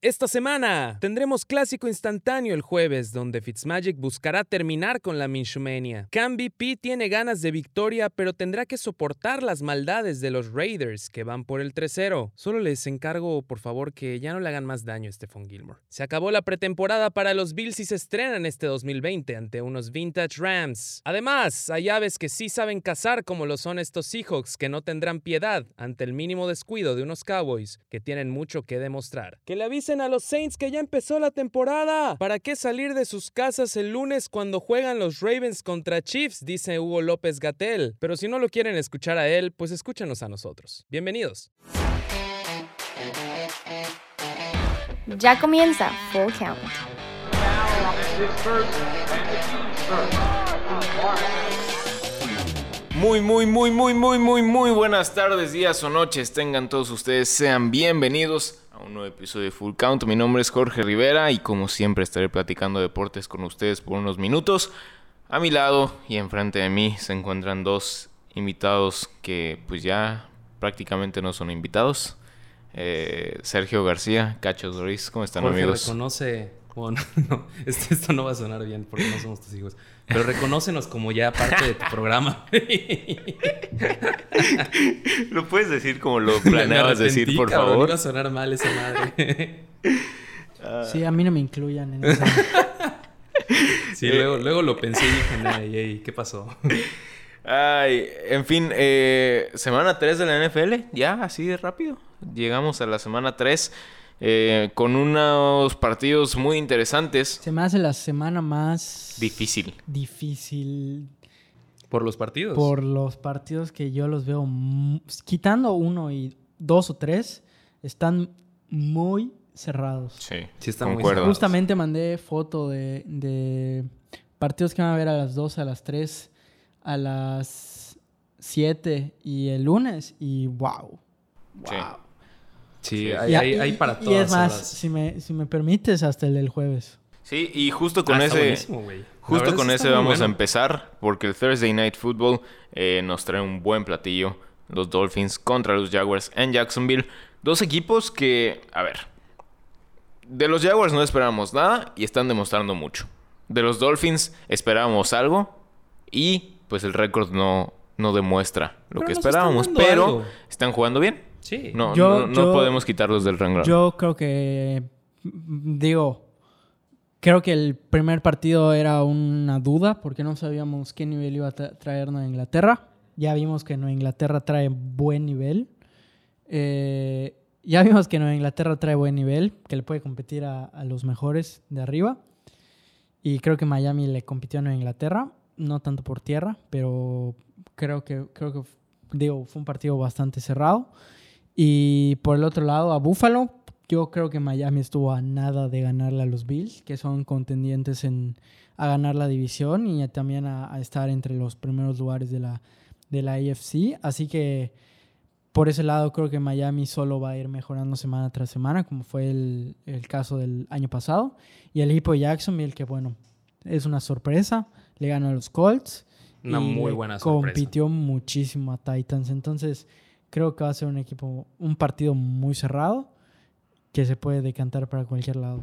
Esta semana tendremos clásico instantáneo el jueves, donde Fitzmagic buscará terminar con la Minshumania. Cambi P tiene ganas de victoria, pero tendrá que soportar las maldades de los Raiders que van por el 3-0. Solo les encargo, por favor, que ya no le hagan más daño a Stephon Gilmore. Se acabó la pretemporada para los Bills y se estrenan este 2020 ante unos Vintage Rams. Además, hay aves que sí saben cazar, como lo son estos Seahawks, que no tendrán piedad ante el mínimo descuido de unos Cowboys que tienen mucho que demostrar. Que le avisen a los Saints que ya empezó la temporada. ¿Para qué salir de sus casas el lunes cuando juegan los Ravens contra Chiefs? Dice Hugo López Gatel. Pero si no lo quieren escuchar a él, pues escúchanos a nosotros. Bienvenidos. Ya comienza Full Count. Muy, muy, muy, muy, muy, muy, muy buenas tardes, días o noches. Tengan todos ustedes, sean bienvenidos a un nuevo episodio de Full Count. Mi nombre es Jorge Rivera y como siempre estaré platicando deportes con ustedes por unos minutos. A mi lado y enfrente de mí se encuentran dos invitados que pues ya prácticamente no son invitados. Eh, Sergio García, Cacho Doris, ¿cómo están Jorge amigos? reconoce. Bueno, no, esto, esto no va a sonar bien porque no somos tus hijos. Pero reconócenos como ya parte de tu programa. Lo puedes decir como lo Me planeabas arrepentí, decir, por cabrón, favor. Iba a sonar mal esa madre. Sí, a mí no me incluyan en esa. Sí, luego, luego lo pensé y dije, "Nah, ey, ey, ¿qué pasó? Ay, en fin, eh, semana 3 de la NFL, ya así de rápido. Llegamos a la semana 3 eh, con unos partidos muy interesantes. Se me hace la semana más Difícil. difícil Pues Por los partidos. por los partidos que yo los veo mu- quitando uno y dos o tres están muy cerrados. Sí, Sí, está muy cerrado. Justamente mandé foto de, de partidos que van a ver a las 2, a las 3, a las 7 y el lunes y wow. Sí. wow. Sí, Sí. hay, Y- hay- y- hay para y- todas Y es más, horas. si me, si me permites, hasta el del jueves. Sí, y justo Ah, con está ese, buenísimo, güey. La justo verdad, con sí ese está muy vamos a bueno. empezar, porque el Thursday Night Football eh, nos trae un buen platillo. Los Dolphins contra los Jaguars en Jacksonville. Dos equipos que, a ver, de los Jaguars no esperábamos nada y están demostrando mucho. De los Dolphins esperábamos algo y pues el récord no, no demuestra lo Pero que nos están esperábamos, dando pero algo. están jugando bien. Sí. No, Yo- no, no yo- podemos quitarlos del renglón. Yo creo que, mm, digo, creo que el primer partido era una duda porque no sabíamos qué nivel iba a tra- traer Nueva Inglaterra. Ya vimos que Nueva Inglaterra trae buen nivel. Eh, ya vimos que Nueva Inglaterra trae buen nivel, que le puede competir a, a los mejores de arriba. Y creo que Miami le compitió a Nueva Inglaterra, no tanto por tierra, pero creo que, creo que f- digo, fue un partido bastante cerrado. Y por el otro lado, a Buffalo, yo creo que Miami estuvo a nada de ganarle a los Bills, que son contendientes en, a ganar la división y a- también a, a estar entre los primeros lugares de la, de la AFC. Así que por ese lado creo que Miami solo va a ir mejorando semana tras semana, como fue el, el caso del año pasado. Y el equipo de Jacksonville, que bueno, es una sorpresa, le ganó a los Colts. Una y muy le buena sorpresa. Compitió muchísimo a Titans. Entonces creo que va a ser un equipo, un partido muy cerrado que se puede decantar para cualquier lado.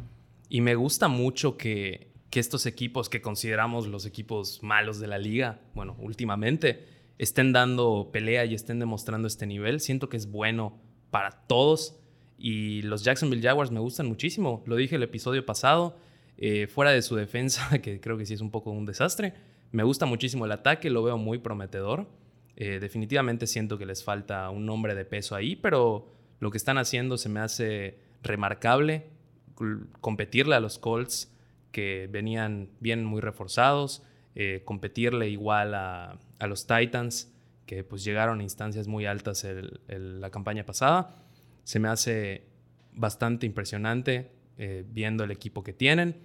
Y me gusta mucho que, que estos equipos que consideramos los equipos malos de la liga, bueno, últimamente, estén dando pelea y estén demostrando este nivel. Siento que es bueno para todos. Y los Jacksonville Jaguars me gustan muchísimo. Lo dije el episodio pasado. eh, fuera de su defensa, que creo que sí es un poco un desastre. Me gusta muchísimo el ataque, lo veo muy prometedor. Eh, definitivamente siento que les falta un nombre de peso ahí, pero lo que están haciendo se me hace remarcable. Cl- Competirle a los Colts, que venían bien muy reforzados, eh, competirle igual a, a los Titans, que pues llegaron a instancias muy altas el- el- la campaña pasada. Se me hace bastante impresionante eh, viendo el equipo que tienen.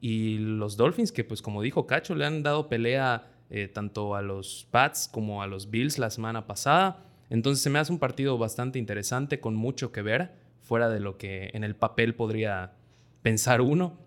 Y los Dolphins, que pues como dijo Cacho, le han dado pelea eh, tanto a los Pats como a los Bills la semana pasada. Entonces se me hace un partido bastante interesante, con mucho que ver, fuera de lo que en el papel podría pensar uno.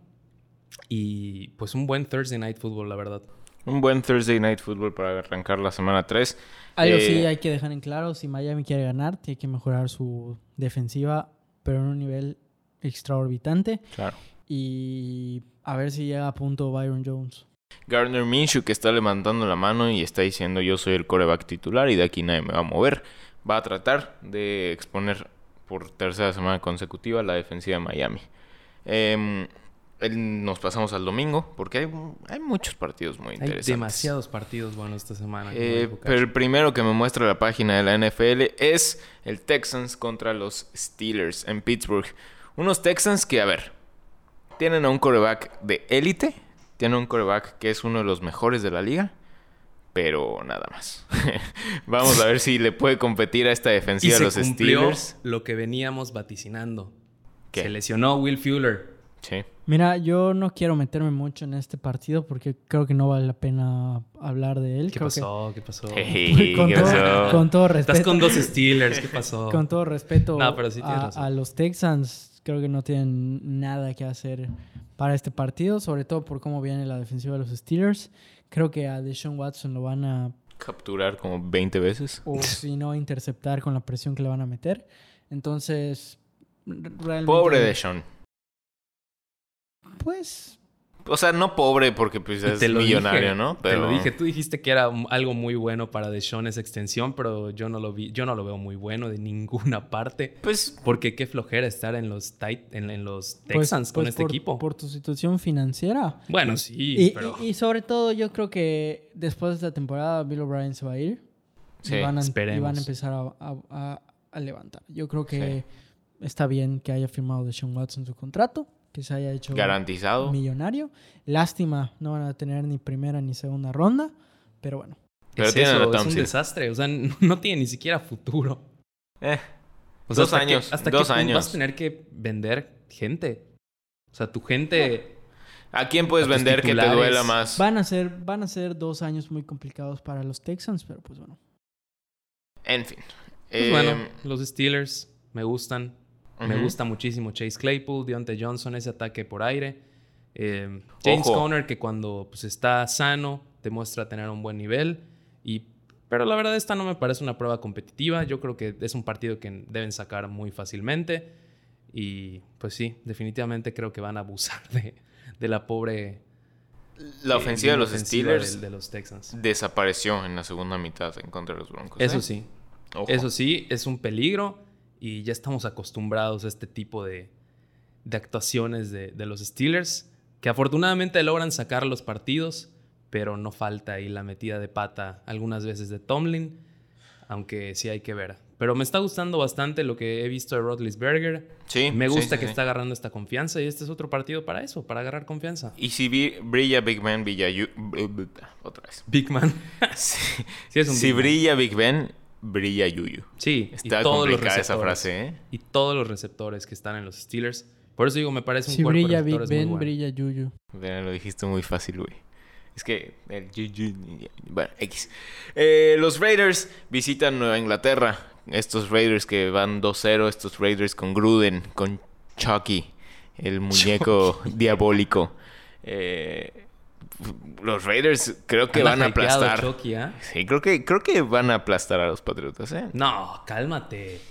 Y pues un buen Thursday Night Football, la verdad. Un buen Thursday Night Football para arrancar la semana 3. Algo Eh, sí hay que dejar en claro, si Miami quiere ganar, tiene que mejorar su defensiva, pero en un nivel extraorbitante. Claro. Y a ver si llega a punto Byron Jones. Gardner Minshew que está levantando la mano y está diciendo yo soy el coreback titular y de aquí nadie me va a mover. Va a tratar de exponer por tercera semana consecutiva la defensiva de Miami. Em, el- nos pasamos al domingo porque hay, hay muchos partidos muy Hay interesantes. demasiados partidos buenos esta semana. que no Eh, dijo Cacho. pero el primero que me muestra la página de la NFL es el Texans contra los Steelers en Pittsburgh. Unos Texans que, a ver, tienen a un coreback de élite, tienen un coreback que es uno de los mejores de la liga, pero nada más. Vamos a ver si le puede competir a esta y defensiva de se los cumplió Steelers. lo que veníamos vaticinando. ¿Qué? Se lesionó Will Fuller. Sí. Mira, yo no quiero meterme mucho en este partido porque creo que no vale la pena hablar de él. ¿Qué Creo pasó? ¿Qué pasó? que- Jeje, con, ¿qué todo, pasó? con todo Estás respeto, con dos Steelers. ¿Qué pasó? con todo respeto No, pero sí tienes a, razón. a los Texans, creo que no tienen nada que hacer para este partido, sobre todo por cómo viene la defensiva de los Steelers. Creo que a Deshaun Watson lo van a Capturar como 20 veces. o si no interceptar con la presión que le van a meter. Entonces, r- realmente Pobre de Sean. Pues O sea, no pobre porque pues, Y es te lo millonario, dije, ¿no? Te lo dije. Tú dijiste que era un- algo muy bueno para Deshaun esa extensión, pero yo no lo vi, yo no lo veo muy bueno de ninguna parte. Pues Porque qué flojera estar en los tight, en, en los pues- Texans con pues este por- equipo. por tu situación financiera. Bueno, sí, Y, pero y- y sobre todo, yo creo que después de esta temporada, Bill O'Brien se va a ir. Sí, y, van a, y van a esperemos. empezar a, a- a- a levantar. Yo creo que está bien que haya firmado Deshaun Watson su contrato, que se haya hecho garantizado. millonario. Lástima, no van a tener ni primera ni segunda ronda, pero bueno. Pero es, tienen eso, a es un Thompson. desastre. O sea, n- no tiene ni siquiera futuro. Eh, O sea, dos hasta qué- años, hasta dos qué punto años. vas a tener que vender gente. O sea, tu gente. pues, ¿A quién puedes A tus vender que te titulares. duela más? Van a ser, van a ser dos años muy complicados para los Texans, pero pues bueno. En fin. Pues Eh, bueno, los Steelers me gustan. Me ujú. gusta muchísimo Chase Claypool, Deontay Johnson, ese ataque por aire. Eh, James Ojo. Conner, que cuando pues, está sano, demuestra tener un buen nivel. Y, pero la verdad, esta no me parece una prueba competitiva. Yo creo que es un partido que deben sacar muy fácilmente. Y pues sí, definitivamente creo que van a abusar de, de la pobre. La eh, ofensiva de los ofensiva Steelers del- De, los Texans. desapareció en la segunda mitad en contra de los Broncos. Eso ¿eh? sí, Ojo. Eso sí, es un peligro y ya estamos acostumbrados a este tipo de, de actuaciones de, de los Steelers, que afortunadamente logran sacar los partidos, pero no falta ahí la metida de pata algunas veces de Tomlin, aunque sí hay que ver. Pero me está gustando bastante lo que he visto de Rodlisberger. Sí, Me sí, gusta sí, que sí. está agarrando esta confianza y este es otro partido para eso, para agarrar confianza. Y si vi- brilla Big Ben, Villayu... Otra vez. Big Man. Sí. sí, es un si Big Man. brilla Big Ben, brilla Yuyu. Sí, y Está todos los complicada esa receptores. frase, ¿eh? y todos los receptores que están en los Steelers. Por eso digo, me parece un Si cuerpo de brilla Big receptores muy Ben, bueno. brilla Yuyu. Ya lo dijiste muy fácil, güey. Es que el yu- yu- Bueno, X. Eh, los Raiders visitan Nueva Inglaterra. Estos Raiders que van 2-0. Estos Raiders con Gruden, con Chucky, el muñeco diabólico. Eh, los Raiders creo que Anda van a hypeado aplastar. Chucky, ¿ah? Sí, creo que, creo que van a aplastar a los Patriotas, ¿eh? No, cálmate.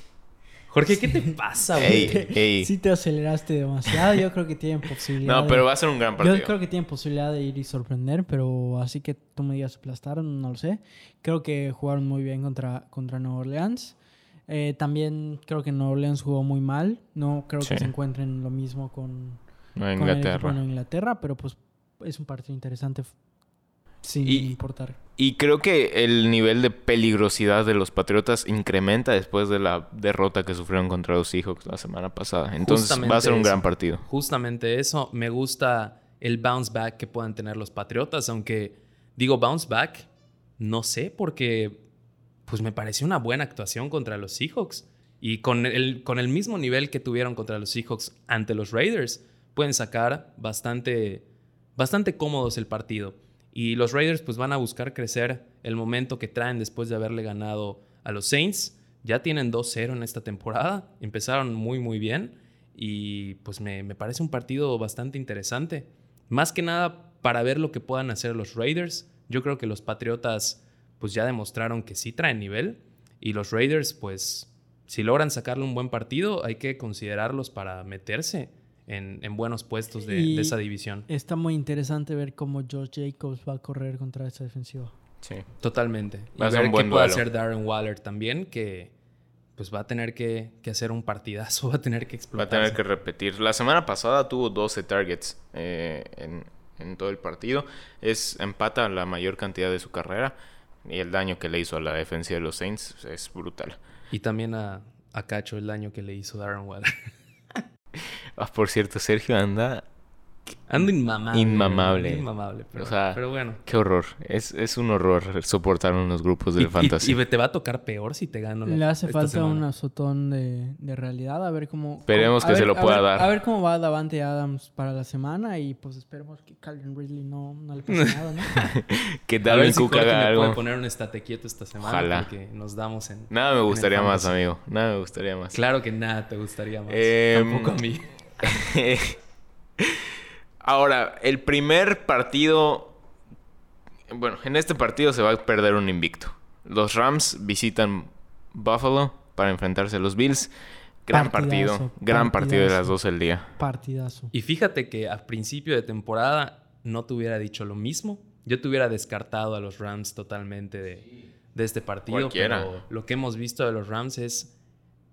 Jorge, ¿qué te pasa, güey? Ey, ey. Si te aceleraste demasiado, yo creo que tienen posibilidad. No, pero de- va a ser un gran Yo creo partido. que tienen posibilidad de ir y sorprender, pero así que tú me digas aplastar, no lo sé. Creo que jugaron muy bien contra, contra Nueva Orleans. Eh, también creo que Nueva Orleans jugó muy mal. No creo que Sí. se encuentren lo mismo con, Nueva con el equipo de Inglaterra. Nueva Inglaterra, pero pues es un partido interesante f- sin Y- importar. Y creo que el nivel de peligrosidad de los Patriotas incrementa después de la derrota que sufrieron contra los Seahawks la semana pasada. Entonces Justamente va a ser un eso. gran partido. Justamente eso, me gusta el bounce back que puedan tener los Patriotas, aunque digo bounce back, no sé, porque pues me pareció una buena actuación contra los Seahawks. Y con el, con el mismo nivel que tuvieron contra los Seahawks ante los Raiders, pueden sacar bastante, bastante cómodos el partido. Y los Raiders pues van a buscar crecer el momento que traen después de haberle ganado a los Saints. Ya tienen 2-0 en esta temporada, empezaron muy muy bien y pues me, me parece un partido bastante interesante. Más que nada para ver lo que puedan hacer los Raiders. Yo creo que los Patriotas pues ya demostraron que sí traen nivel y los Raiders pues si logran sacarle un buen partido, hay que considerarlos para meterse en, en buenos puestos de, Y- de esa división. Está muy interesante ver cómo George Jacobs va a correr contra esa defensiva. Sí. Totalmente. Y Va a ser ver un buen qué puede duelo. hacer Darren Waller también, que pues va a tener que, que hacer un partidazo, va a tener que Va explotar. a tener que repetir. La semana pasada tuvo 12 targets eh, en, en todo el partido. Es empata la mayor cantidad de su carrera. Y el daño que le hizo a la defensiva de los Saints es brutal. Y también a, a Cacho el daño que le hizo Darren Waller. Ah, por cierto, Sergio anda. Ando inmamable. Inmamable. ando Inmamable, pero, O sea, pero bueno. Qué horror. Es, es un horror soportar unos grupos Y, de y- fantasy. y te va a tocar peor si te gano. la- Le hace esta falta semana. un azotón de, de realidad, a ver cómo... Esperemos cómo- que a se ver- lo a pueda ver- dar. A ver cómo va Davante Adams para la semana y pues esperemos que Calvin Ridley no, no le pase nada, ¿no? que A Darwin ver si Cook Jorge haga me puede algo. poner un estate quieto esta semana Ojalá. porque nos damos en... Nada me en el gustaría más, fantasy. amigo. Nada me gustaría más. Claro que nada te gustaría más. Em, Tampoco a mí. Ahora, el primer partido. Bueno, en este partido se va a perder un invicto. Los Rams visitan Buffalo para enfrentarse a los Bills. Gran Partidazo, partido. Gran partido de las partidazo. 12 del día. Partidazo. Y fíjate que a principio de temporada no te hubiera dicho lo mismo. Yo te hubiera descartado a los Rams totalmente de, de este partido. Cualquiera. Pero lo que hemos visto de los Rams es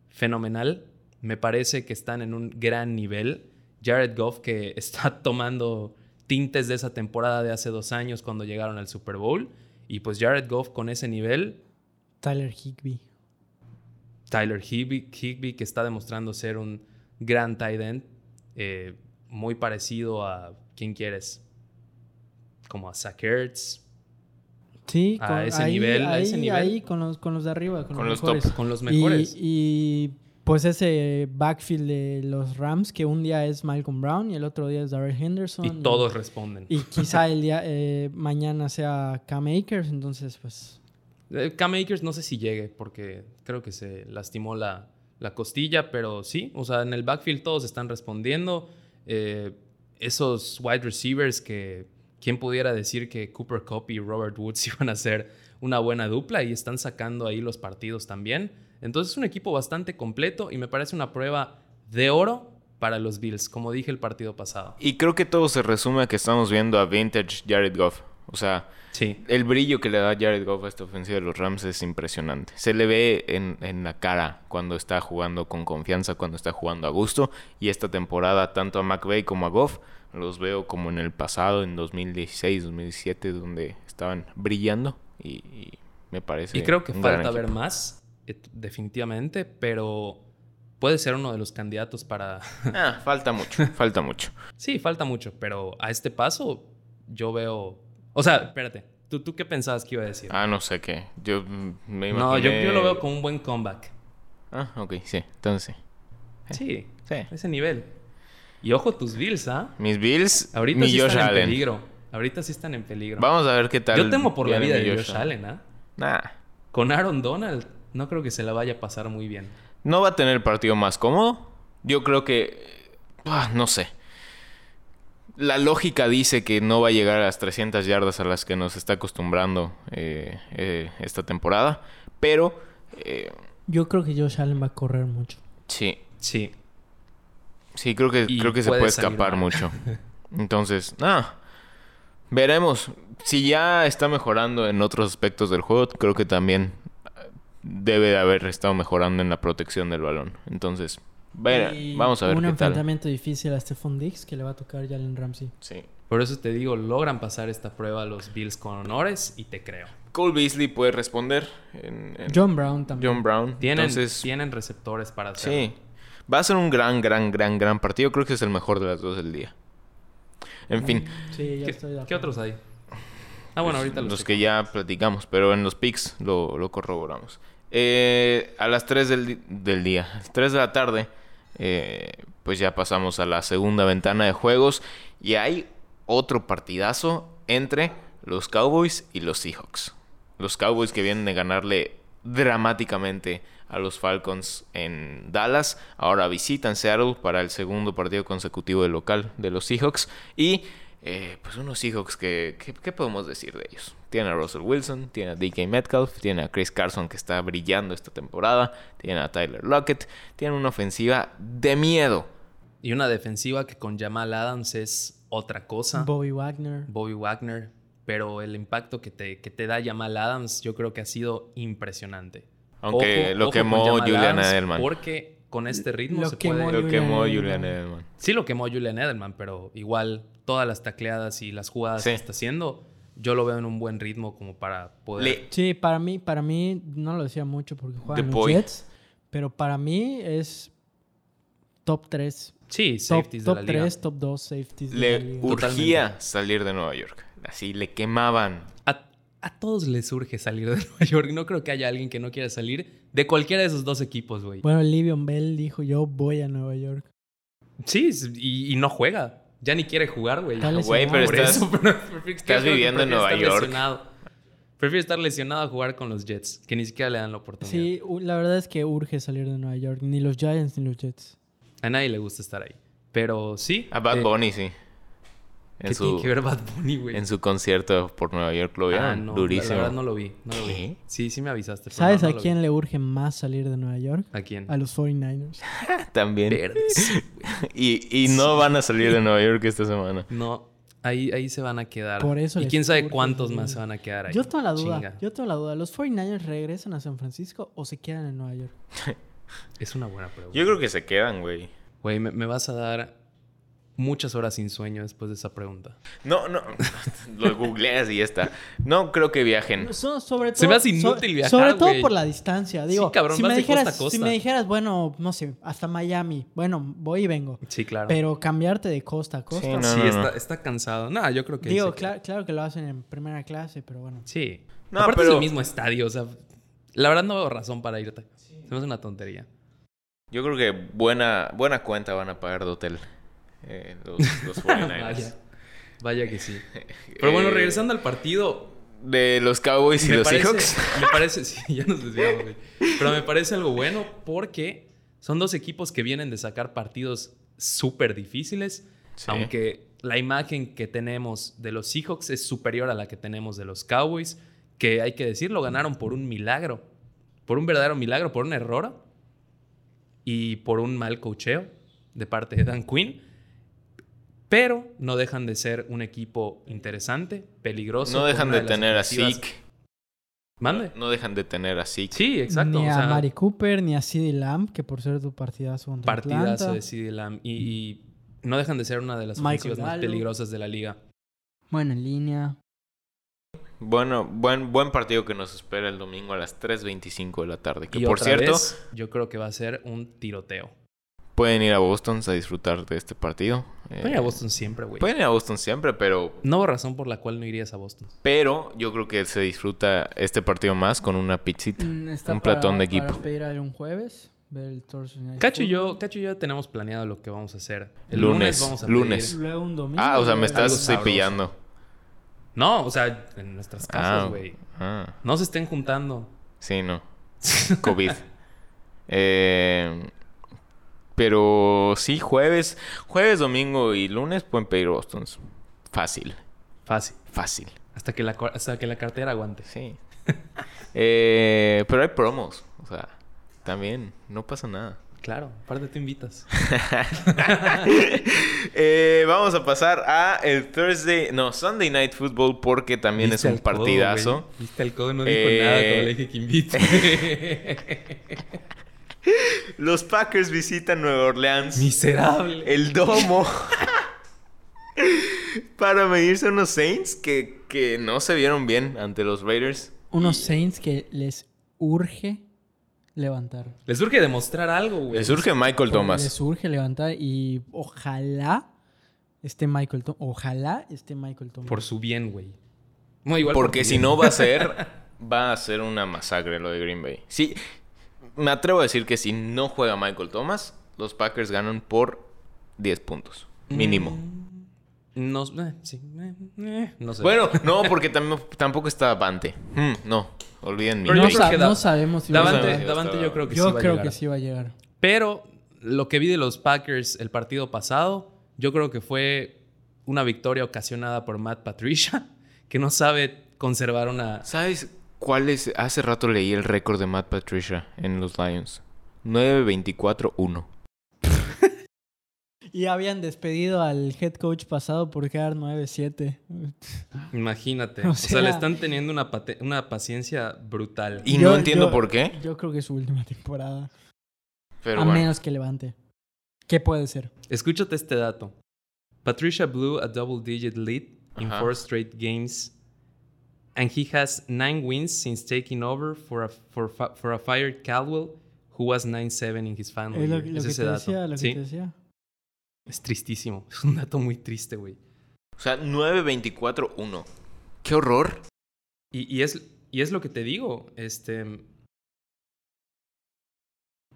fenomenal. Me parece que están en un gran nivel. Jared Goff que está tomando tintes de esa temporada de hace dos años cuando llegaron al Super Bowl. Y pues Jared Goff con ese nivel Tyler Higby. Tyler Higby, Higby, que está demostrando ser un gran tight end, eh, muy parecido a quién quieres, como a Zach Ertz, Sí, A con, ese ahí, nivel, a ahí, ese nivel. ahí con los, con los de arriba, con, Con los los, top. mejores. con los Y- mejores. Y, pues ese backfield de los Rams, que un día es Malcolm Brown y el otro día es Darrell Henderson. Y, todos responden. Y quizá el día eh, mañana sea Cam Akers, entonces pues... Eh, Cam Akers no sé si llegue porque creo que se lastimó la, la costilla, pero sí, o sea, en el backfield todos están respondiendo. Eh, esos wide receivers que quién pudiera decir que Cooper Cup y Robert Woods iban a ser una buena dupla y están sacando ahí los partidos también. Entonces es un equipo bastante completo y me parece una prueba de oro para los Bills, como dije el partido pasado. Y creo que todo se resume a que estamos viendo a Vintage Jared Goff. O sea, Sí, el brillo que le da Jared Goff a esta ofensiva de los Rams es impresionante. Se le ve en, en la cara cuando está jugando con confianza, cuando está jugando a gusto. Y esta temporada, tanto a McVay como a Goff, los veo como en el pasado, en 2016, 2017, donde estaban brillando. Y, y me parece. Y creo que un gran falta ver equipo. más, eh, definitivamente, pero puede ser uno de los candidatos para... Ah, falta mucho, falta mucho. sí, falta mucho, pero a este paso yo veo... O sea, espérate, ¿tú, tú qué pensabas que iba a decir? Ah, no sé qué. Yo mm, me imaginé... no, yo, yo lo veo con un buen comeback. Ah, ok, sí. Entonces, Sí, sí. a ese nivel. Y ojo tus Bills, ¿ah? Mis Bills, Ahorita mi sí Josh están en Allen. peligro. Ahorita sí están en peligro. Vamos a ver qué tal. yo temo por la viene vida mi de Josh Allen, ¿ah? Nah. Con Aaron Donald no creo que se la vaya a pasar muy bien. No va a tener partido más cómodo. Yo creo que. ah, no sé. La lógica dice que no va a llegar a las 300 yardas a las que nos está acostumbrando eh, eh, esta temporada. Pero. eh, Yo creo que Josh Allen va a correr mucho. sí. Sí, Sí, creo que, Y creo que se puede puede salir escapar mal. mucho. Entonces, nada. Veremos. Si ya está mejorando en otros aspectos del juego, creo que también eh, debe de haber estado mejorando en la protección del balón. Entonces, ver- Y vamos a ver Un qué tal. enfrentamiento difícil a Stephon Diggs que le va a tocar Jalen Ramsey. Sí. Por eso te digo, logran pasar esta prueba los Bills con honores y te creo. Cole Beasley puede responder. en- en John Brown también. John Brown. Tienen, Entonces, tienen receptores para hacerlo. sí. Va a ser un gran, gran, gran, gran partido. Creo que es el mejor de las dos del día. En fin. Sí, ya ¿Qué, estoy de qué acuerdo. otros hay? Ah, bueno, ahorita los, Pues, los, que ya platicamos, pero en los pics lo, lo corroboramos. Eh, a las 3 del, di- del día, a las 3 de la tarde, eh, pues ya pasamos a la segunda ventana de juegos y hay otro partidazo entre los Cowboys y los Seahawks. Los Cowboys que vienen de ganarle dramáticamente a los Falcons en Dallas. Ahora visitan Seattle para el segundo partido consecutivo de local de los Seahawks. Y eh, pues unos Seahawks que, que- ¿qué podemos decir de ellos? Tiene a Russell Wilson, tiene a DK Metcalf, tiene a Chris Carson que está brillando esta temporada, tiene a Tyler Lockett, tiene una ofensiva de miedo. Y una defensiva que con Jamal Adams es otra Ah. cosa. Bobby Wagner. Bobby Wagner. Pero el impacto que te, que te da Jamal Adams yo creo que ha sido impresionante. Aunque lo con quemó Jamal Julian Adams, Edelman. Porque con este ritmo Lo se quemó puede... Lo Lo Julian quemó Julian Edelman. Edelman. Sí lo quemó Julian Edelman, pero igual todas las tacleadas y las jugadas Sí. que está haciendo, yo lo veo en un buen ritmo como para poder... Le- Sí, para mí, para mí, no lo decía mucho porque The juegan los Boy. Jets, pero para mí es top 3. Sí, Top, safeties top de la liga. 3, top 2 safeties de la le liga. urgía salir de Nueva York. Así le quemaban. A, a todos les surge salir de Nueva York. No creo que haya alguien que no quiera salir de cualquiera de esos dos equipos, güey. Bueno, Livion Bell dijo, yo voy a Nueva York. Sí, s- y, y no juega. Ya ni quiere jugar, güey. Está lesionado. Güey, pero Por estás- eso, pero prefiero- creo que viviendo en prefiero Nueva estar York. lesionado. Prefiero estar lesionado a jugar con los Jets, que ni siquiera le dan la oportunidad. Sí, u- la verdad es que urge salir de Nueva York. Ni los Giants ni los Jets. A nadie le gusta estar ahí. Pero sí. A Bad eh, Bunny, sí. ¿Qué Ah, En su, tiene que ver Bad Bunny, güey? en su concierto por Nueva York lo Ah, vieron. no, durísimo. La verdad no lo vi. No lo ¿Qué? vi. Sí, sí me avisaste. pero ¿Sabes no, no a lo quién vi. le urge más salir de Nueva York? ¿A quién? A los 49ers. También. Verdes. Y, y no van a salir de Nueva York esta semana. No, ahí, ahí se van a quedar. Por eso y les quién sabe urge cuántos salir. más se van a quedar ahí. Yo tengo la duda. Chinga. Yo tengo la duda. ¿Los 49ers regresan a San Francisco o se quedan en Nueva York? Es una buena pregunta. Yo creo que se quedan, güey. Güey, me, me vas a dar muchas horas sin sueño después de esa pregunta. No, no. Lo googleas y ya está. No creo que viajen. So- sobre todo, Se me hace inútil so- viajar, sobre todo güey. por la distancia. Digo, cabrón, si, vas me de dijeras, costa a si costa. me dijeras, bueno, no sé, hasta Miami. Bueno, voy y vengo. Sí, claro. Pero cambiarte de costa a costa. Sí, no, sí, no, no. Está, está cansado. No, yo creo que. Digo, se- cla- claro que lo hacen en primera clase, pero bueno. Sí. No, Aparte es pero- el mismo estadio, o sea. La verdad no veo razón para irte. Se me hace una tontería. Yo creo que buena, buena cuenta van a pagar de hotel. eh, los, los 49ers. Vaya. Vaya que sí. Pero bueno, Eh, regresando al partido. De los Cowboys y me los parece, Seahawks. Me parece, sí, ya nos desviamos, güey. Pero me parece algo bueno porque son dos equipos que vienen de sacar partidos súper difíciles. Sí. Aunque la imagen que tenemos de los Seahawks es superior a la que tenemos de los Cowboys, que hay que decirlo, ganaron por un milagro. Por un verdadero milagro, por un error y por un mal cocheo de parte de Dan Quinn. Pero no dejan de ser un equipo interesante, peligroso. No con dejan una de las tener a ofensivas- Zeke. Mande. No dejan de tener a Zeke. Sí, exacto. Ni o a sea, Mari Cooper, ni a CeeDee Lamb, que por ser tu partidazo contra partidazo Atlanta. de CD Lamb. Y, y no dejan de ser una de las Michael ofensivas más Gallup. peligrosas de la liga. Bueno, en línea. Bueno, buen, buen partido que nos espera el domingo a las 3.25 de la tarde. Que y por otra cierto, vez, yo creo que va a ser un tiroteo. pueden ir a Boston a disfrutar de este partido. Eh, Voy a Boston siempre, güey. Pueden ir a Boston siempre, pero, No hubo razón por la cual no irías a Boston. pero yo creo que se disfruta este partido más con una pizzita. Mm, Un platón de equipo. Mm, Para pedir a un jueves, ver el Thursday Night Cacho y, Football. yo, Cacho y yo tenemos planeado lo que vamos a hacer. El Lunes, lunes, vamos a lunes. pedir- Luego un domingo. Ah, o sea, me luego- estás sabroso. cepillando. No, o sea, en nuestras Ah, casas, güey. ah, No se estén juntando. sí, no. COVID. Eh, pero sí, jueves, jueves, domingo y lunes pueden pedir Bostons. Fácil, Fácil. fácil. Hasta que la, cua- hasta que la cartera aguante. Sí. Eh, pero hay promos. O sea, también. No pasa nada. Claro, aparte tú invitas. Eh, vamos a pasar a el Thursday. No, Sunday Night Football. Porque también es Viste un al codo, partidazo. güey. Viste al codo, no dijo Eh, nada cuando le dije que invite. Los Packers visitan Nueva Orleans. Miserable. El domo. para medirse a unos Saints que, que no se vieron bien ante los Raiders. Unos Saints que les urge levantar. Les surge demostrar algo, güey. Le surge Michael Les Thomas. urge levantar y ojalá esté Michael Thomas. Ojalá esté Michael Thomas. Por su bien, güey. No, igual por Porque su si bien. no va a ser. Va a ser una masacre lo de Green Bay. Sí. Me atrevo a decir que si no juega Michael Thomas, los Packers ganan por 10 puntos. Mínimo. Mm. No, eh, sí, eh, eh, no sé. Bueno, no, porque tam- tampoco está Davante. Hmm, no, olviden mi Pero no, yo pick. sa- creo que no da- sabemos si va a Davante- llegar. Davante, Sí, Davante está- yo creo que sí Yo va a creo llegar. que sí va a llegar. Pero lo que vi de los Packers el partido pasado, yo creo que fue una victoria ocasionada por Matt Patricia, que no sabe conservar una... ¿Sabes cuál es? Hace rato leí el récord de Matt Patricia en los Lions. 9-24-1. Y habían despedido al head coach pasado por quedar 9-7. Imagínate. O O sea, sea- le están teniendo una, pate- una paciencia brutal. Y Yo- no entiendo yo- por qué, Yo creo que es su última temporada. pero a bueno. menos que levante. ¿Qué puede ser? Escúchate este dato. Patricia blew a double-digit lead in Ajá. four straight games, and he has nine wins since taking over for a, for, fi- for a fired Caldwell, who was 9-7 in his final Es lo, year. lo Ah, Es que ese te dato. decía, lo que Sí, te decía. es tristísimo. Es un dato muy triste, güey. O sea, 9-24-1. Qué horror. Y, y es, y es lo que te digo. Este,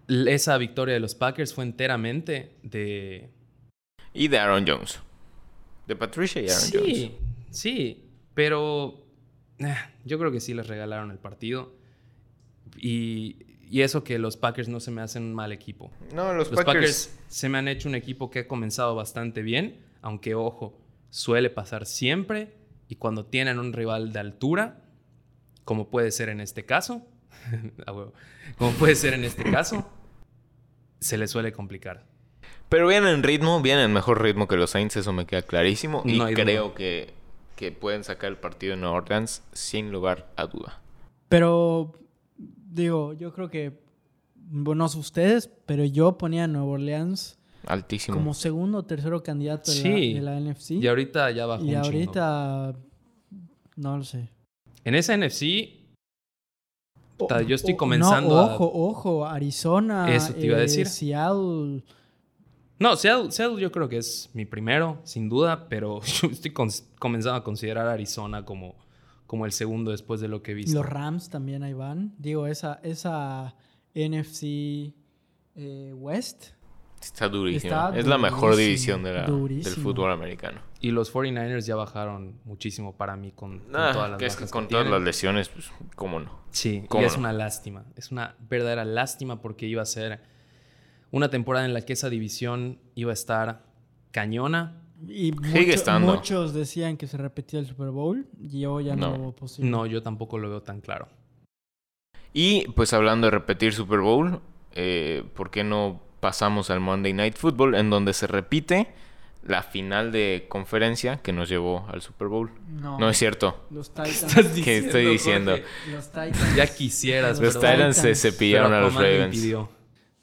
l- esa victoria de los Packers fue enteramente de... Y de Aaron Jones. De Patricia y Aaron Jones. Sí, sí, pero eh, yo creo que sí les regalaron el partido. Y, y eso que los Packers no se me hacen un mal equipo. No, los, Los Packers. Packers se me han hecho un equipo que ha comenzado bastante bien, aunque ojo, suele pasar siempre y cuando tienen un rival de altura, como puede ser en este caso, a huevo, como puede ser en este caso, se les suele complicar. Pero vienen en ritmo, vienen en mejor ritmo que los Saints, eso me queda clarísimo. Y No hay duda. creo que, que pueden sacar el partido en Nueva Orleans sin lugar a duda. Pero, digo, yo creo que. Bueno, no sé ustedes, pero yo ponía a Nueva Orleans Altísimo. como segundo o tercero candidato de, Sí. la, de la NFC. Y ahorita ya bajó Y un chingo. ahorita. No lo sé. En esa NFC Puta, O- yo estoy o- comenzando no, a- ojo, ojo, Arizona. Eso te iba a eh, decir. Seattle. No, Seattle, Seattle yo creo que es mi primero, sin duda, pero yo estoy cons- comenzando a considerar a Arizona como, como el segundo después de lo que he visto. Los Rams también ahí van. Digo, esa, esa NFC eh, West. Está durísimo. Está es la mejor durísimo, división de la- del durísimo. fútbol americano. y los 49ers ya bajaron muchísimo para mí con, con Ah, todas las que es que bajas que con todas tienen. las lesiones, pues, cómo no. Sí, y ¿Cómo es no? una lástima. Es una verdadera lástima porque iba a ser una temporada en la que esa división iba a estar cañona. Sigue Y mucho- estando. muchos decían que se repetía el Super Bowl. Y yo ya no, No. lo veo posible. No, yo tampoco lo veo tan claro. Y pues hablando de repetir Super Bowl, eh, ¿por qué no pasamos al Monday Night Football en donde se repite la final de conferencia que nos llevó al Super Bowl? No. No es cierto. Los Titans. ¿Estás ¿Qué estoy diciendo? Jorge? los Titans. Ya quisieras, Los Los pero- Titans se Titans. cepillaron pero a los Coman lo Ravens. impidió.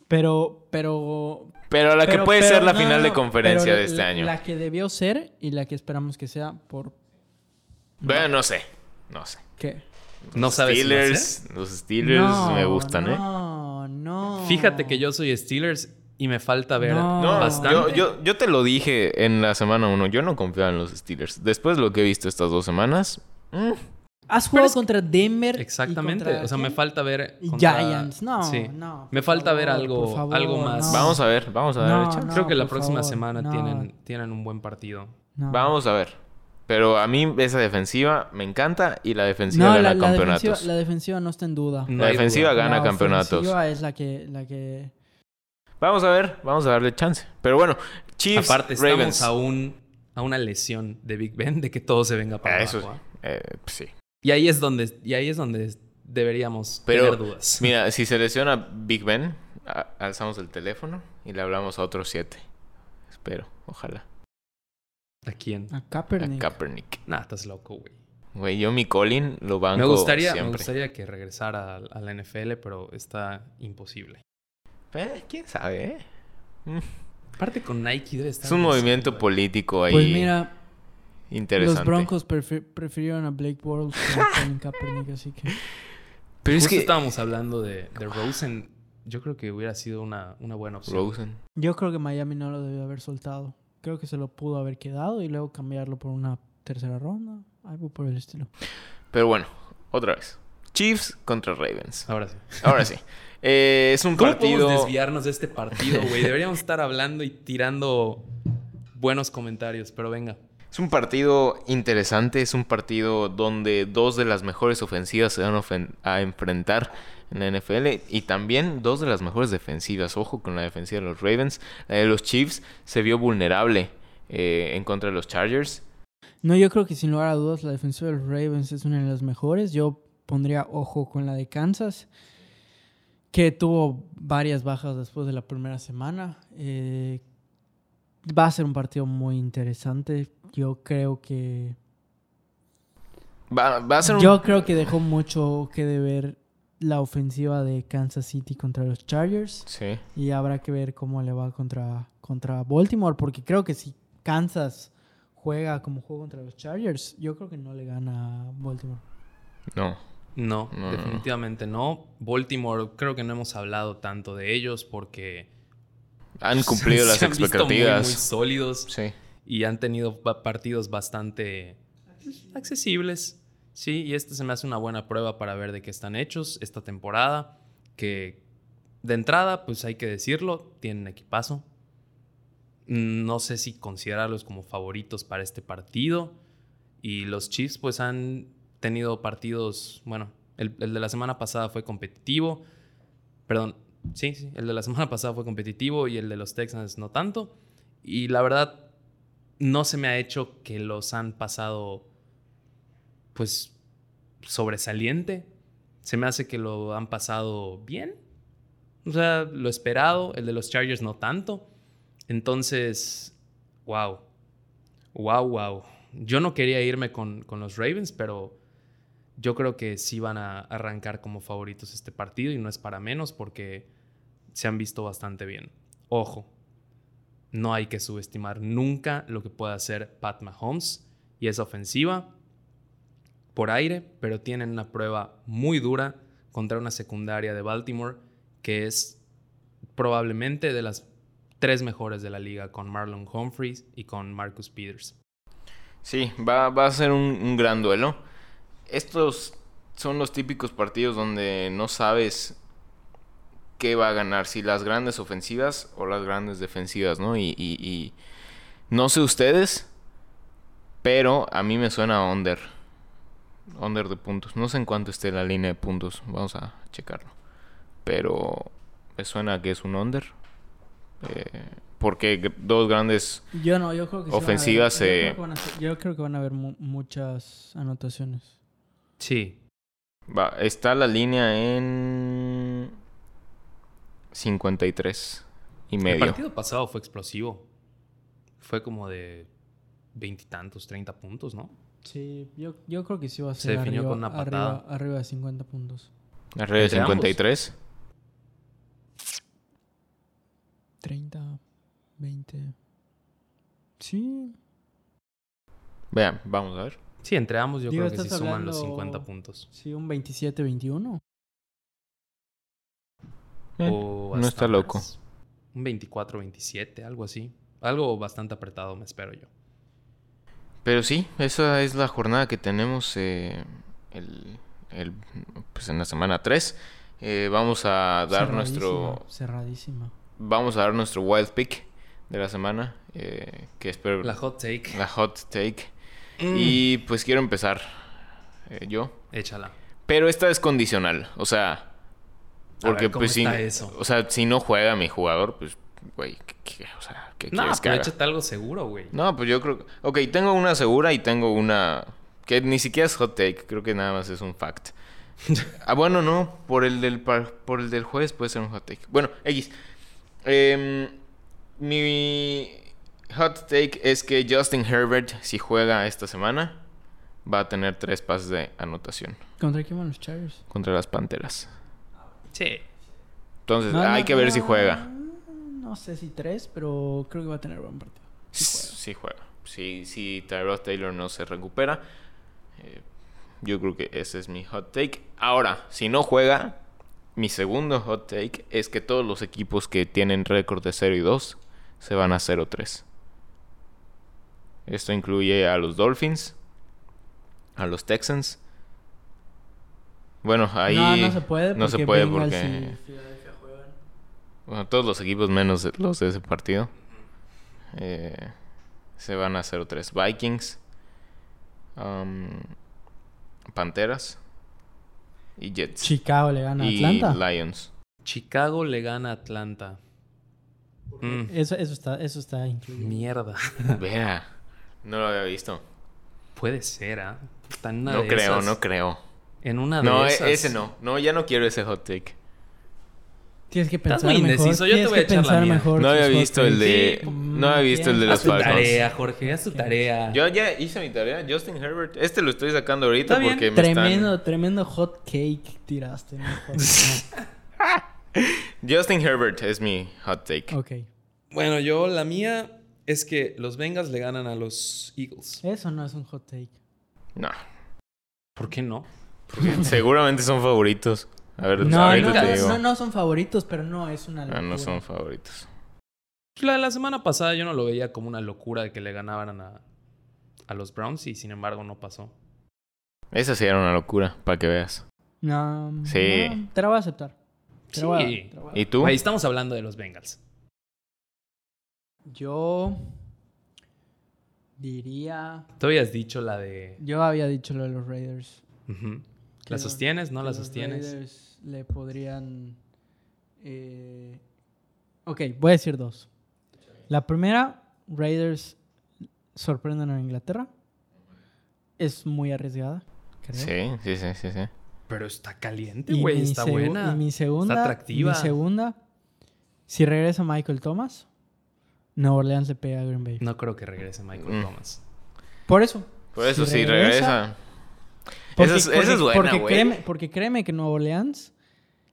Pero, pero. Pero la que pero- puede pero- ser la no, final no, de no, conferencia pero de este la- año. La que debió ser y la que esperamos que sea por. Bueno, no sé. No sé. ¿Qué? No sabes si va a Steelers, ser. los Steelers me No, gustan, ¿eh? No, no. Fíjate que yo soy Steelers y me falta ver Oh. No. No, bastante. Yo, yo, yo te lo dije en la semana 1. Yo no confiaba en los Steelers. Después de lo que he visto estas dos semanas, mm, ¿Has jugado contra Denver? y Exactamente. contra O sea, me quién? falta ver. Y contra- Giants. No, Sí. no, Me por falta ver favor, algo, por favor, algo más. no. vamos a ver, vamos a ver. No, Echa. no, Creo que la por próxima favor, semana no. tienen, tienen un buen partido. No. Vamos a ver. Pero a mí esa defensiva me encanta y la defensiva No, gana la, la defensiva, campeonatos. la defensiva no está en duda. No la hay defensiva duda. gana La campeonatos. ofensiva es la que, la que... Vamos a ver, vamos a darle chance. Pero bueno, Chiefs, Aparte, estamos Ravens. a, un- a una lesión de Big Ben de que todo se venga para Ah, Eso sí. abajo, ¿ah? Eh, pues sí. Y ahí es donde, y ahí es donde deberíamos Pero tener dudas. mira, si se lesiona Big Ben, a- alzamos el teléfono y le hablamos a otros siete. Espero, ojalá. ¿A quién? A A Kaepernick. Kaepernick. Nah, estás loco, güey. Güey, yo mi Colin lo banco Me gustaría, me siempre. gustaría que regresara a, a la NFL, pero está imposible. Eh, ¿Quién sabe? eh? Aparte con Nike debe estar... Es un no sé, movimiento güey. político ahí pues mira, interesante. los Broncos prefi- prefirieron a Blake Bortles que a Colin Kaepernick, así que... Pero es Justo que estábamos hablando de, de Rosen. Yo creo que hubiera sido una, una buena opción. Rosen. Yo creo que Miami no lo debió haber soltado. Creo que se lo pudo haber quedado y luego cambiarlo por una tercera ronda, algo por el estilo. Pero bueno, otra vez. Chiefs contra Ravens. Ahora sí. Ahora sí. Eh, es un Ah. ¿Cómo partido. podemos desviarnos de este partido, güey? Deberíamos estar hablando y tirando buenos comentarios, pero venga. Es un partido interesante, es un partido donde dos de las mejores ofensivas se van a ofen- a enfrentar en la NFL y también dos de las mejores defensivas. Ojo con la defensiva de los Ravens, la de los Chiefs se vio vulnerable eh, en contra de los Chargers. No, yo creo que sin lugar a dudas la defensiva de los Ravens es una de las mejores. Yo pondría ojo con la de Kansas, que tuvo varias bajas después de la primera semana. Eh, va a ser un partido muy interesante. Yo creo que... Va, va a ser un... Yo creo que dejó mucho que deber la ofensiva de Kansas City contra los Chargers. Sí. Y habrá que ver cómo le va contra, contra Baltimore, porque creo que si Kansas juega como juego contra los Chargers, yo creo que no le gana a Baltimore. No. No, No, no, no. definitivamente no. Baltimore, creo que no hemos hablado tanto de ellos porque Han cumplido se las han visto muy, expectativas. muy sólidos. Sí. y han tenido ba- partidos bastante accesibles. Sí, y este se me hace una buena prueba para ver de qué están hechos esta temporada. Que de entrada, pues hay que decirlo, tienen equipazo. No sé si considerarlos como favoritos para este partido. Y los Chiefs, pues han tenido partidos. Bueno, el, el de la semana pasada fue competitivo. Perdón, sí, sí, el de la semana pasada fue competitivo y el de los Texans no tanto. Y la verdad, no se me ha hecho que los han pasado, pues, sobresaliente. Se me hace que lo han pasado bien. O sea, lo esperado. El de los Chargers no tanto. Entonces, wow. Wow, wow. Yo no quería irme con, con los Ravens, pero yo creo que sí van a arrancar como favoritos este partido y no es para menos porque se han visto bastante bien. Ojo, no hay que subestimar nunca lo que puede hacer Pat Mahomes y esa ofensiva por aire, pero tienen una prueba muy dura contra una secundaria de Baltimore que es probablemente de las tres mejores de la liga con Marlon Humphreys y con Marcus Peters. Sí, va, va a ser un, un gran duelo. Estos son los típicos partidos donde no sabes qué va a ganar, si las grandes ofensivas o las grandes defensivas, ¿no? Y, y- y no sé ustedes, pero a mí me suena a under. Under de puntos. No sé en cuánto esté la línea de puntos, vamos a checarlo. Pero me suena a que es un under. eh, porque gr- dos grandes Yo no, yo creo que sí van a haber- Ofensivas, yo, eh, creo que van a ser- yo creo que van a haber mu- muchas anotaciones. Sí, Va, está la línea en 53 y el medio. partido pasado fue explosivo. Fue como de veintitantos, treinta puntos, ¿no? Sí, yo, yo creo que sí va a Se ser definió arriba, con una arriba, patada. arriba de 50 puntos. Arriba de ¿Entre ambos? 53. 30, 20. Sí. Vean, vamos a ver. Sí, entre ambos yo Digo, creo que sí estás suman los hablando- 50 puntos. Sí, un 27, 21. Eh, O no hasta está loco. más. Un 24, 27, algo así. Algo bastante apretado, me espero yo. Pero sí, esa es la jornada que tenemos eh, el, el- pues en la semana 3. vamos a dar nuestro Cerradísima. vamos a dar nuestro wild pick de la semana, eh, que espero La hot take. la hot take. Mm. Y pues quiero empezar eh, yo. Échala. Pero esta es condicional, o sea, porque ver, ¿cómo pues si, está eso? o sea, si no juega mi jugador, pues güey, ¿qué- qué- o sea, ¿qué No, quieres que pero haga? échate algo seguro, güey. No, pues yo creo, que- ok, tengo una segura y tengo una que ni siquiera es hot take, creo que nada más es un fact. ah, bueno, no, por el del par- por el del jueves puede ser un hot take. Bueno, X. Em, mi hot take es que Justin Herbert si juega esta semana va a tener tres pases de anotación ¿Contra quién van los Chargers? contra las Panteras. Sí. Entonces, No, hay no, que ver no, si juega. No sé si tres, pero creo que va a tener buen partido. Sí juega. Si si Tyrod Taylor no se recupera, eh, yo creo que ese es mi hot take. Ahora, si no juega, mi segundo hot take es que todos los equipos que tienen récord de 0 y 2 se van a 0-3. Esto incluye a los Dolphins, a los Texans. Bueno, ahí no, no se puede. no se porque puede Bengals porque- y Filadelfia juegan. Bueno, todos los equipos menos los de ese partido eh, se van a 0-3. Vikings, um, Panteras y Jets. Chicago le gana a y Atlanta. Lions. Chicago le gana a Atlanta. Mm, Eso, eso, está, eso está incluido. mierda. Vea, no lo había visto. Puede ser, ¿ah? Puta, en una No de creo, esas- no creo. En una de No, e- esas. ese no. No, ya no quiero ese hot take. Tienes que Estás pensar muy mejor. indeciso, yo te Tienes voy a que echar la pensar mía. mejor No había tus visto el hot takes. mm, de. Sí. No había visto el de Haz los tu Falcons. tarea, Jorge, haz tu tarea. Yo ya hice mi tarea. Justin Herbert. Este lo estoy sacando ahorita Está bien. porque me Tremendo, tremendo hot cake tiraste. mi hot cake. están. Justin Herbert es mi hot take. ok. Bueno, yo la mía es que los Bengals le ganan a los Eagles. Eso no es un hot take. No. ¿Por qué no? porque seguramente son favoritos. A ver, No, ahorita te no, no, digo. no, no son favoritos, pero no es una Ah, locura. no son favoritos. Pues, La, la semana pasada yo no lo veía como una locura de que le ganaran a, a los Browns y sin embargo no pasó. Esa sí era una locura, para que veas. No, Sí. no, te la voy a aceptar. Te la voy a- Sí. te la voy a- ¿Y tú? Ahí estamos hablando de los Bengals. Yo diría... Tú habías dicho la de... Yo había dicho lo de los Raiders. Ujú. Que ¿La los- sostienes? ¿No que la los sostienes? Raiders le podrían... eh, Ok, voy a decir dos. La primera, Raiders sorprenden a Inglaterra. Es muy arriesgada, creo. Sí, sí, sí, sí, sí. Pero está caliente, Este güey. mi Está segu- buena. Y mi segunda. Está atractiva. Mi segunda. Si regresa Michael Thomas, Nueva Orleans le pega a Green Bay. No creo que regrese Michael Mm. Thomas. Por eso. Por eso sí regresa- regresa. Esa es- esa es buena, porque güey. créeme, porque créeme que Nueva Orleans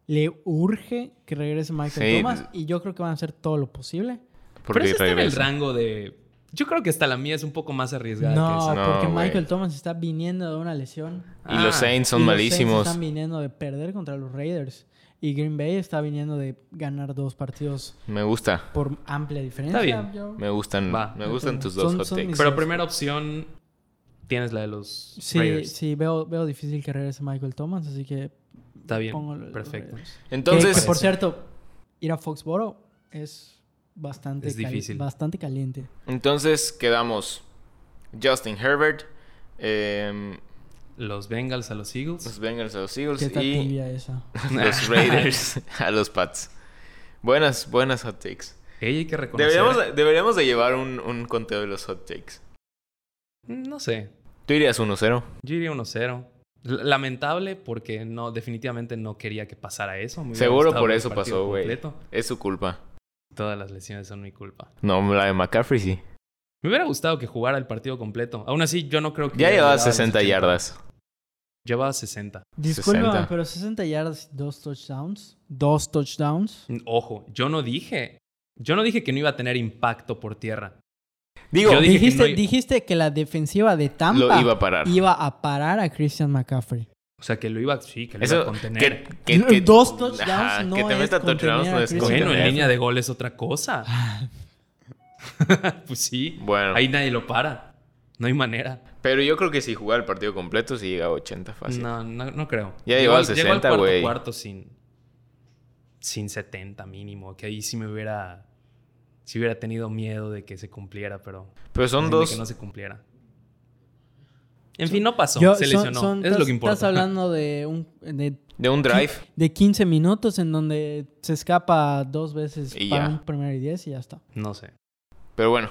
le urge que regrese Michael Sí. Thomas y yo creo que van a hacer todo lo posible. Pero Porque eso está en el regresa. rango de... Yo creo que hasta la mía es un poco más arriesgada que No, esa. No, porque güey. Michael Thomas está viniendo de una lesión. Y los Ah, Saints son y los Saints malísimos. Están viniendo de perder contra los Raiders. Y Green Bay está viniendo de ganar dos partidos Me gusta. por amplia diferencia. bien. yo- Me gustan, Va. me gustan tus dos Son- hot son takes. mis- Pero primera opción tienes la de los Sí, Raiders. sí, veo, veo difícil que regrese Michael Thomas, así que... Está bien. Pongo lo de los Perfecto. Raiders. Entonces, Que, por cierto, ir a Foxboro es bastante, Es cali- difícil. bastante caliente. entonces quedamos Justin Herbert, em, Los Bengals a los los Eagles. Bengals a los Eagles ¿Qué está y tibia esa? los Raiders a los Pats. Buenas, buenas hot takes. Ella hay que reconocer. Deberíamos, deberíamos de llevar un, un conteo de los hot takes. Mm, No sé. Tú irías 1-0. Yo iría 1-0. L- Lamentable porque no, definitivamente no quería que pasara eso. Me hubiera Seguro gustado por ver el eso partido pasó, güey. completo. Es su culpa. Todas las lesiones son mi culpa. No, la de McCaffrey sí. Me hubiera gustado que jugara el partido completo. Aún así, yo no creo que... Ya hubiera llevaba llegado a los 60 80. yardas. Llevaba 60. Disculpa, 60. pero 60 yardas, dos touchdowns. Dos touchdowns. Ojo, yo no dije... Yo no dije que no iba a tener impacto por tierra. Digo, Yo dije que dijiste, no- dijiste que la defensiva de Tampa lo iba a parar. iba a parar a Christian McCaffrey. O sea, que lo iba... Sí, que lo iba a Eso, contener. que, que- que- Dos touchdowns Ajá, no que te es meta touchdowns contener no a es Chris Bueno, en contener. línea de gol es otra cosa. pues sí. Bueno. Ahí nadie lo para. No hay manera. Pero yo creo que si jugaba el partido completo, sí llega a 80 fácil. No, no, no creo. Ya llegó al al- 60, cuarto güey. cuarto sin, sin 70 mínimo. Que ahí sí me hubiera... Sí hubiera tenido miedo de que se cumpliera, pero... Pero son de dos. que no se cumpliera. En fin, no pasó. Yo- se son- lesionó. son- es lo estás- que importa. Estás hablando de un de, De un drive. de 15 minutos en donde se escapa dos veces Y para ya. un primer y 10 y ya está. No sé. Pero bueno.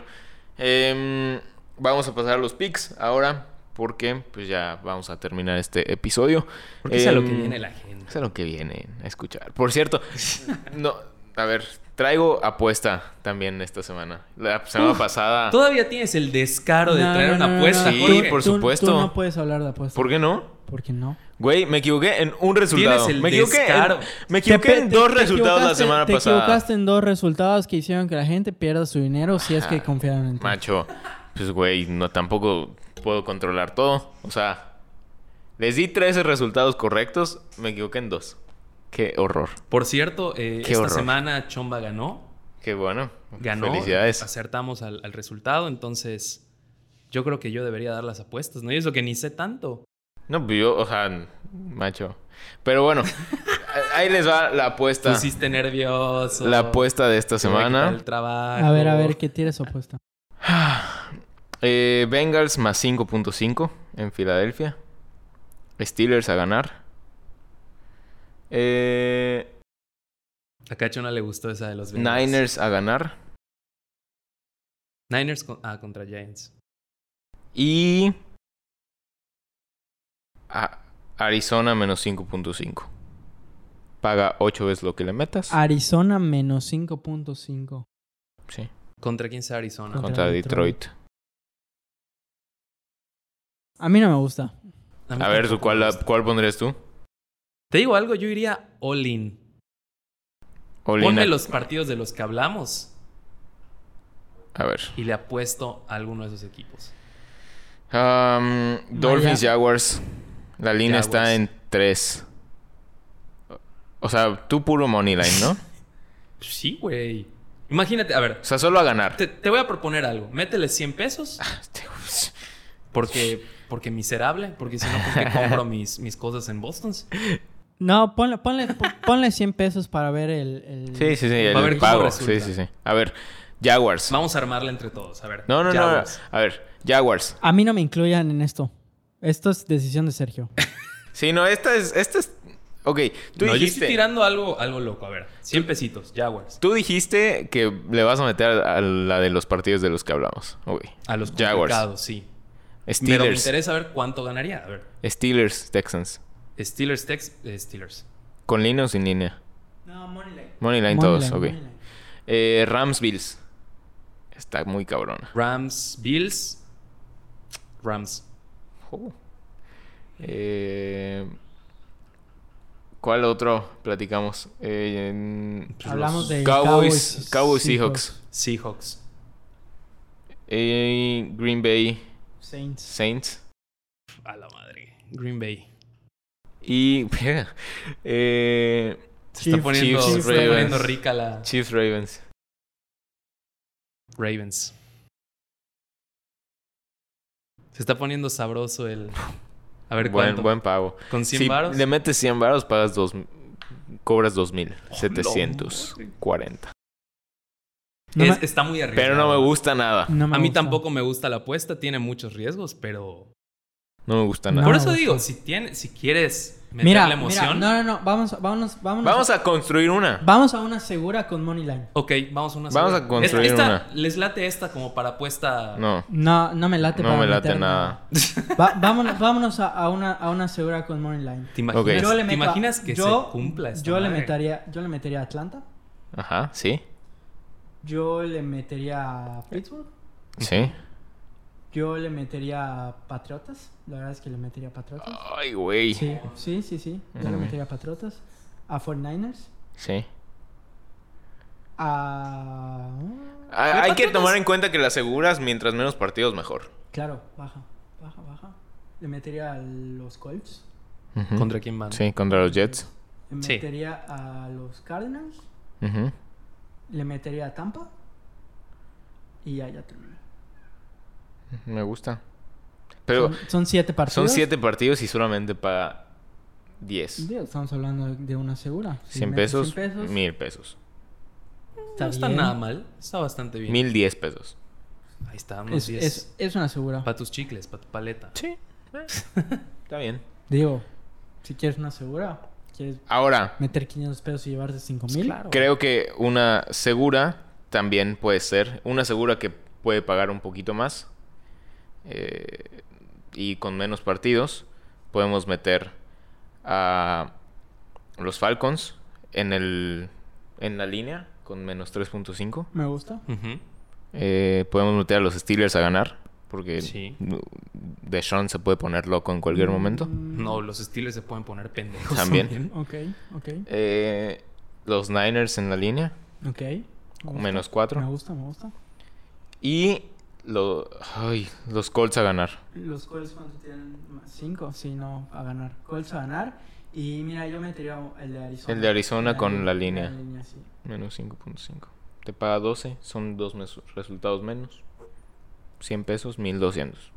em, vamos a pasar a los picks ahora. Porque pues ya vamos a terminar este episodio. Porque es a lo que Em, viene la gente. Eso es lo que vienen a escuchar. Por cierto, no, a ver, traigo apuesta también esta semana. La semana pasada. Todavía tienes el descaro de No, traer no, una no, no, apuesta, no, Sí, no. Jorge. por Tú- supuesto. Tú no puedes hablar de apuestas. ¿Por qué no? Porque no. Güey, me equivoqué en un resultado. Tienes el me equivoqué en, descaro. me equivoqué Te- en te- dos te resultados la equivocaste- semana te pasada. equivocaste en dos resultados que hicieron que la gente pierda su dinero si es que confiaron en ti. Macho, pues güey, no tampoco puedo controlar todo. O sea, les di 13 resultados correctos, me equivoqué en dos. Qué horror. Por cierto, eh, Qué esta horror. semana Chomba ganó. Qué bueno. Ganó. Felicidades. Acertamos al, al resultado. Entonces, yo creo que yo debería dar las apuestas. No y eso que ni sé tanto. No, pues yo, o sea, macho. Pero bueno, a- ahí les va la apuesta. Pusiste nervioso. La apuesta de esta Te voy a quitar semana. El trabajo. A ver, a ver, ¿qué tienes opuesta? Eh, Bengals más 5.5 en Filadelfia. Steelers a ganar. Eh, A Cachona le gustó esa de los Bengals. Niners a ganar. Niners con- ah, contra Giants. Y. a- Arizona menos 5.5. Paga 8 veces lo que le metas. Ah, Arizona menos 5.5. Sí. ¿Contra quién sea Arizona? Con- Contra Contra Detroit. Detroit. A mí no me gusta. mí A ver, ¿tú tampoco ¿cuál, me la- gusta. ¿cuál pondrías tú? Te digo algo, yo iría all in. All in Ponme a- los partidos de los que hablamos A ver. y le apuesto a alguno de esos equipos. Um, Dolphins, Jaguars. La línea está Jaguars. en 3. O sea, tú puro money line, ¿no? o Pues Sí, güey. Imagínate, a ver, sea, solo a ganar. te, te voy a proponer algo. Métele 100 pesos porque, porque miserable, porque si no, ¿por qué compro mis, mis cosas en Boston? No, ponle, ponle, pon- ponle 100 pesos para ver el... el- Sí, sí, sí. El ver cómo pago. resulta. Sí, sí, sí. A ver, Jaguars. Vamos a armarla entre todos, a ver. No, no, no. Jaguars. A ver, Jaguars. A mí no me incluyan en esto. Esto es decisión de Sergio. Sí, no, esta es. Esta es... Ok, tú No, yo dijiste. estoy tirando algo, algo loco, a ver. 100 pesitos, Jaguars. Tú dijiste que le vas a meter a a la de los partidos de los que hablamos. Ok. A los Jaguars. complicados, sí. Ah, Pero me Steelers. interesa ver cuánto ganaría. A ver, Steelers, Texans. Steelers, Tex, eh, Steelers. ¿Con línea o sin línea? No, Moneyline. Money line todos, ok. Eh, Rams Bills. Está muy cabrona. Rams, Bills. Rams. Eh, ¿Cuál otro platicamos? Eh, en- Pues Hablamos los de Cowboys, Cowboys, Seahawks. Seahawks. Eh, Green Bay Saints. Saints. A la madre. Green Bay. Y. eh, Se Chiefs, está poniendo, Chiefs, se está Ravens. poniendo rica la Chiefs Ravens. Ravens. Se está poniendo sabroso el. A ver Buen, cuánto. buen pago. Con 100 si varos. le metes 100 varos, pagas dos, cobras 2.740. No Es- me- está muy arriba. Pero no me gusta nada. no me A mí gusta. tampoco me gusta la apuesta, tiene muchos riesgos, pero. No me gusta No nada. Por me eso gusta. digo, si, tiene, si quieres meterle Mira, emoción. mira, no, no, no. Vamos, vámonos, vámonos. Vamos a construir una. Vamos a una segura con Moneyline. Ok, vamos a una Vamos segunda. a construir Esta- una. Les late esta como para apuesta. No, No, no me late no para me late meterme. nada. Va- vámonos vámonos a, a una, a una segura con Moneyline. ¿Te imaginas, Ok. Yo le te meto a- imaginas que yo- se cumpla esta yo le, madre? metería, yo le metería a Atlanta. Ajá, sí. Yo le metería a Pittsburgh. Sí. Yo le metería a Patriotas. La verdad es que le metería a Patriotas. Ay, güey. Sí. Sí, sí, sí, sí. Yo le Ujú. metería a Patriotas. A 49ers. A... Ah, Hay que Patriotas- tomar en cuenta que las seguras, mientras menos partidos, mejor. Claro, baja, baja, baja. Le metería a los Colts. ¿Contra quién van? Sí, contra los Jets. Le Sí. metería a los Cardinals. Ujú. Le metería a Tampa. Y ya, ya terminé. Me gusta. Pero son, son siete partidos. son siete partidos y solamente paga 10. Digo, estamos hablando de- de una segura. Si 100 metes pesos, 100 pesos, 1000 pesos. está No está bien. nada mal, está bastante bien. 1010 pesos. Ahí está, unos Es, 10. es, es una segura. Para tus chicles, para tu paleta. Sí. Está bien. Digo, si quieres una segura, quieres Ahora, meter 500 pesos y llevarte 5 mil. creo que una segura también puede ser. Una segura que puede pagar un poquito más. eh, y con menos partidos. Podemos meter a los Falcons en, el, en la línea con menos 3.5. Me gusta. Ujú. Eh, podemos meter a los Steelers a ganar. Porque Sí. Deshaun se puede poner loco en cualquier momento. Mm. Mm, No, los Steelers se pueden poner pendejos. También. Ok, ok, Eh, los Niners en la línea ok. Me gusta. con menos Me 4. gusta, me gusta. Y lo- ay, los Colts a ganar. Los Colts cuánto tienen más 5, sí, no, a ganar. Colts a ganar. Y mira, yo metería el de Arizona. El de Arizona con la línea. La línea sí. Menos 5.5. Te paga 12, son dos mes- resultados menos. 100 pesos, 1200.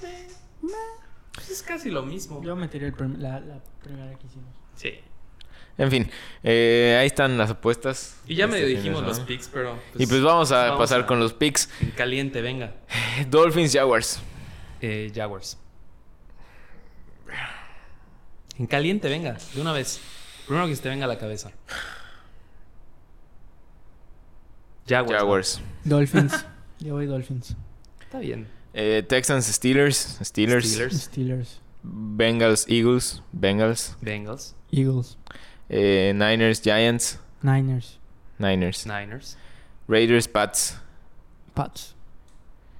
Pues es casi lo mismo. Yo metería el prim- la, la primera que hicimos. Sí. En fin, eh, ahí están las apuestas. Y ya Este medio fin de dijimos los semana. picks, pero. y pues vamos a vamos pasar a- con los picks. En caliente, venga. Dolphins Jaguars. Eh, Jaguars. En caliente, venga, de una vez. Primero que se te venga a la cabeza. Jaguars. Jaguars. Dolphins. Yo voy Dolphins. Está bien. Eh, Texans, Steelers, Steelers, Steelers. Steelers. Bengals, Eagles, Bengals, Bengals. Eagles. eh, Niners, Giants, Niners. Niners, Niners. Raiders, Pats. Pats.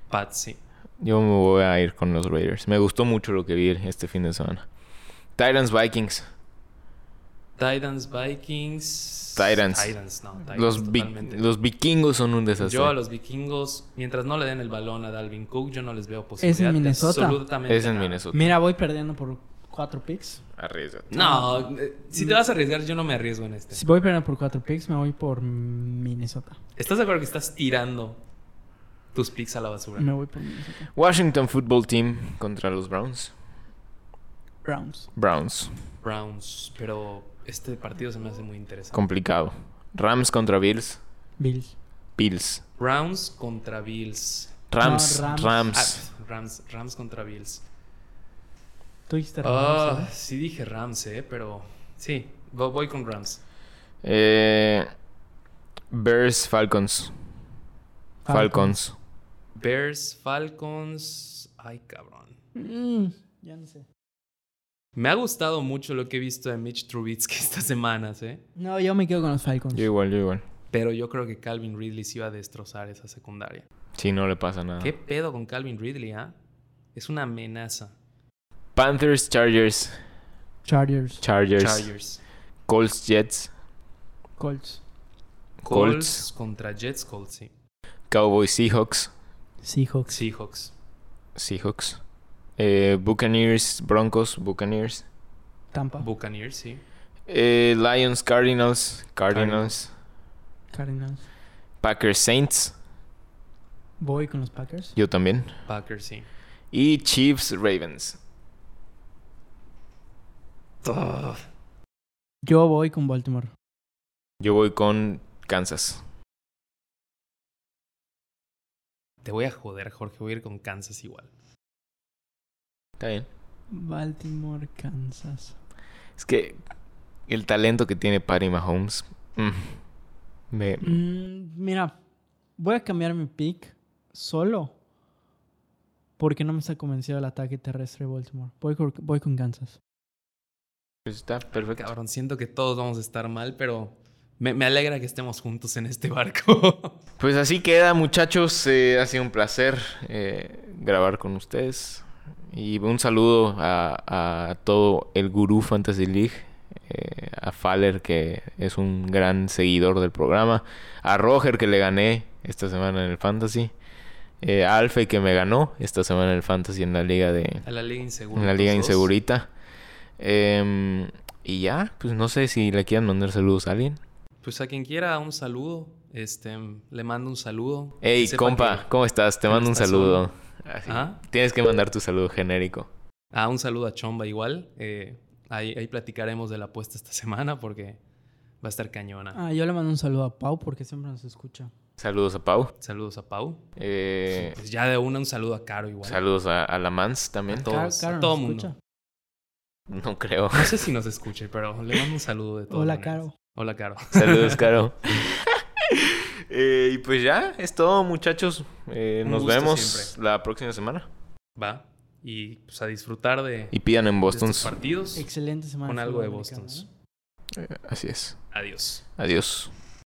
Pats, sí. Yo me voy a ir con los Raiders. Me gustó mucho lo que vi este fin de semana. Titans, Vikings. Titans, Vikings. Titans. Titans, no. Titans Los, vi- totalmente. los vikingos son un desastre. Yo a los vikingos, mientras no le den el balón a Dalvin Cook, yo no les veo posibilidad. Es en de Minnesota. Absolutamente. es en nada. Minnesota. Mira, voy perdiendo por cuatro picks. Arriesga. No, eh, si te vas a arriesgar, yo no me arriesgo en este. Si voy perdiendo por cuatro picks, me voy por Minnesota. ¿Estás de acuerdo que estás tirando tus picks a la basura? Me voy por Minnesota. Washington Football Team contra los Browns. Browns. Browns. Browns, pero este partido se me hace muy interesante. Complicado. Rams contra Bills. Bills. Bills. Browns contra Bills. Rams. No, Rams. Rams. Ah, Rams, Rams contra Bills. Tú dijiste Ah, Rams, ¿verdad? sí dije Rams, eh, pero sí, vo- voy con Rams. Eh, Bears. Falcons. Falcons. Bears, Falcons. Ay, cabrón. Mm, ya no sé. Me ha gustado mucho lo que he visto de Mitch Trubisky estas semanas, eh. No, yo me quedo con los Falcons. Yo igual, yo igual. Pero yo creo que Calvin Ridley se iba a destrozar esa secundaria. Sí, no le pasa nada. ¿Qué pedo con Calvin Ridley, ah? Es una amenaza. Panthers. Chargers. Chargers. Chargers. Chargers. Colts. Jets. Colts. Colts Colts. contra Jets, Colts, sí. Cowboys. Seahawks. Seahawks. Seahawks. Seahawks. Eh, Buccaneers. Broncos. Buccaneers. Tampa. Buccaneers, sí. Eh, Lions. Cardinals. Cardinals. Cardinals. Packers. Saints. Voy con los Packers. Yo también. Packers, sí. Y Chiefs. Ravens. Ugh. Yo voy con Baltimore. Yo voy con Kansas. Te voy a joder, Jorge. Voy a ir con Kansas igual. Está bien. Baltimore, Kansas. Es que el talento que tiene Patty Mahomes. mm, me- Mm, mira, voy a cambiar mi pick solo porque no me está convencido el ataque terrestre de Baltimore. Voy con, voy con Kansas. pues está perfecto. Cabrón, siento que todos vamos a estar mal, pero me, me alegra que estemos juntos en este barco. Pues así queda, muchachos. Eh, ha sido un placer eh, grabar con ustedes. Y un saludo a, a todo el gurú Fantasy League. eh, a Faller, que es un gran seguidor del programa. A Roger, que le gané esta semana en el Fantasy. eh, a Alfe, que me ganó esta semana en el Fantasy en la Liga de, A la Liga Insegura. en la Liga los dos. Insegurita. Em, y ya, pues no sé si le quieran mandar saludos a alguien. Pues a quien quiera, un saludo. Este, le mando un saludo. Hey, Que sepa compa, que- ¿cómo estás? Te que no mando un estás saludo. solo. Así. ¿Ah? Tienes que mandar tu saludo genérico. Ah, un saludo a Chomba igual. Eh, ahí, ahí platicaremos de la apuesta esta semana porque va a estar cañona. Ah, yo le mando un saludo a Pau porque siempre nos escucha. Saludos a Pau. Saludos a Pau. Eh, Pues ya de una, un saludo a Caro igual. saludos a, a la Mans también. A Todos, Caro a nos todo mundo. escucha. No creo. No sé si nos escuche, pero le mando un saludo de todos. Hola, Caro. Hola, Caro. Saludos, Caro. Eh, y pues ya, es todo, muchachos. Eh, Un nos gusto vemos siempre. la próxima semana. Va. Y pues a disfrutar de, de este Y pidan en Boston. estos partidos. Excelente semana. ¿eh? Con algo de fútbol americano, Boston. ¿eh? Así es. Adiós. Adiós.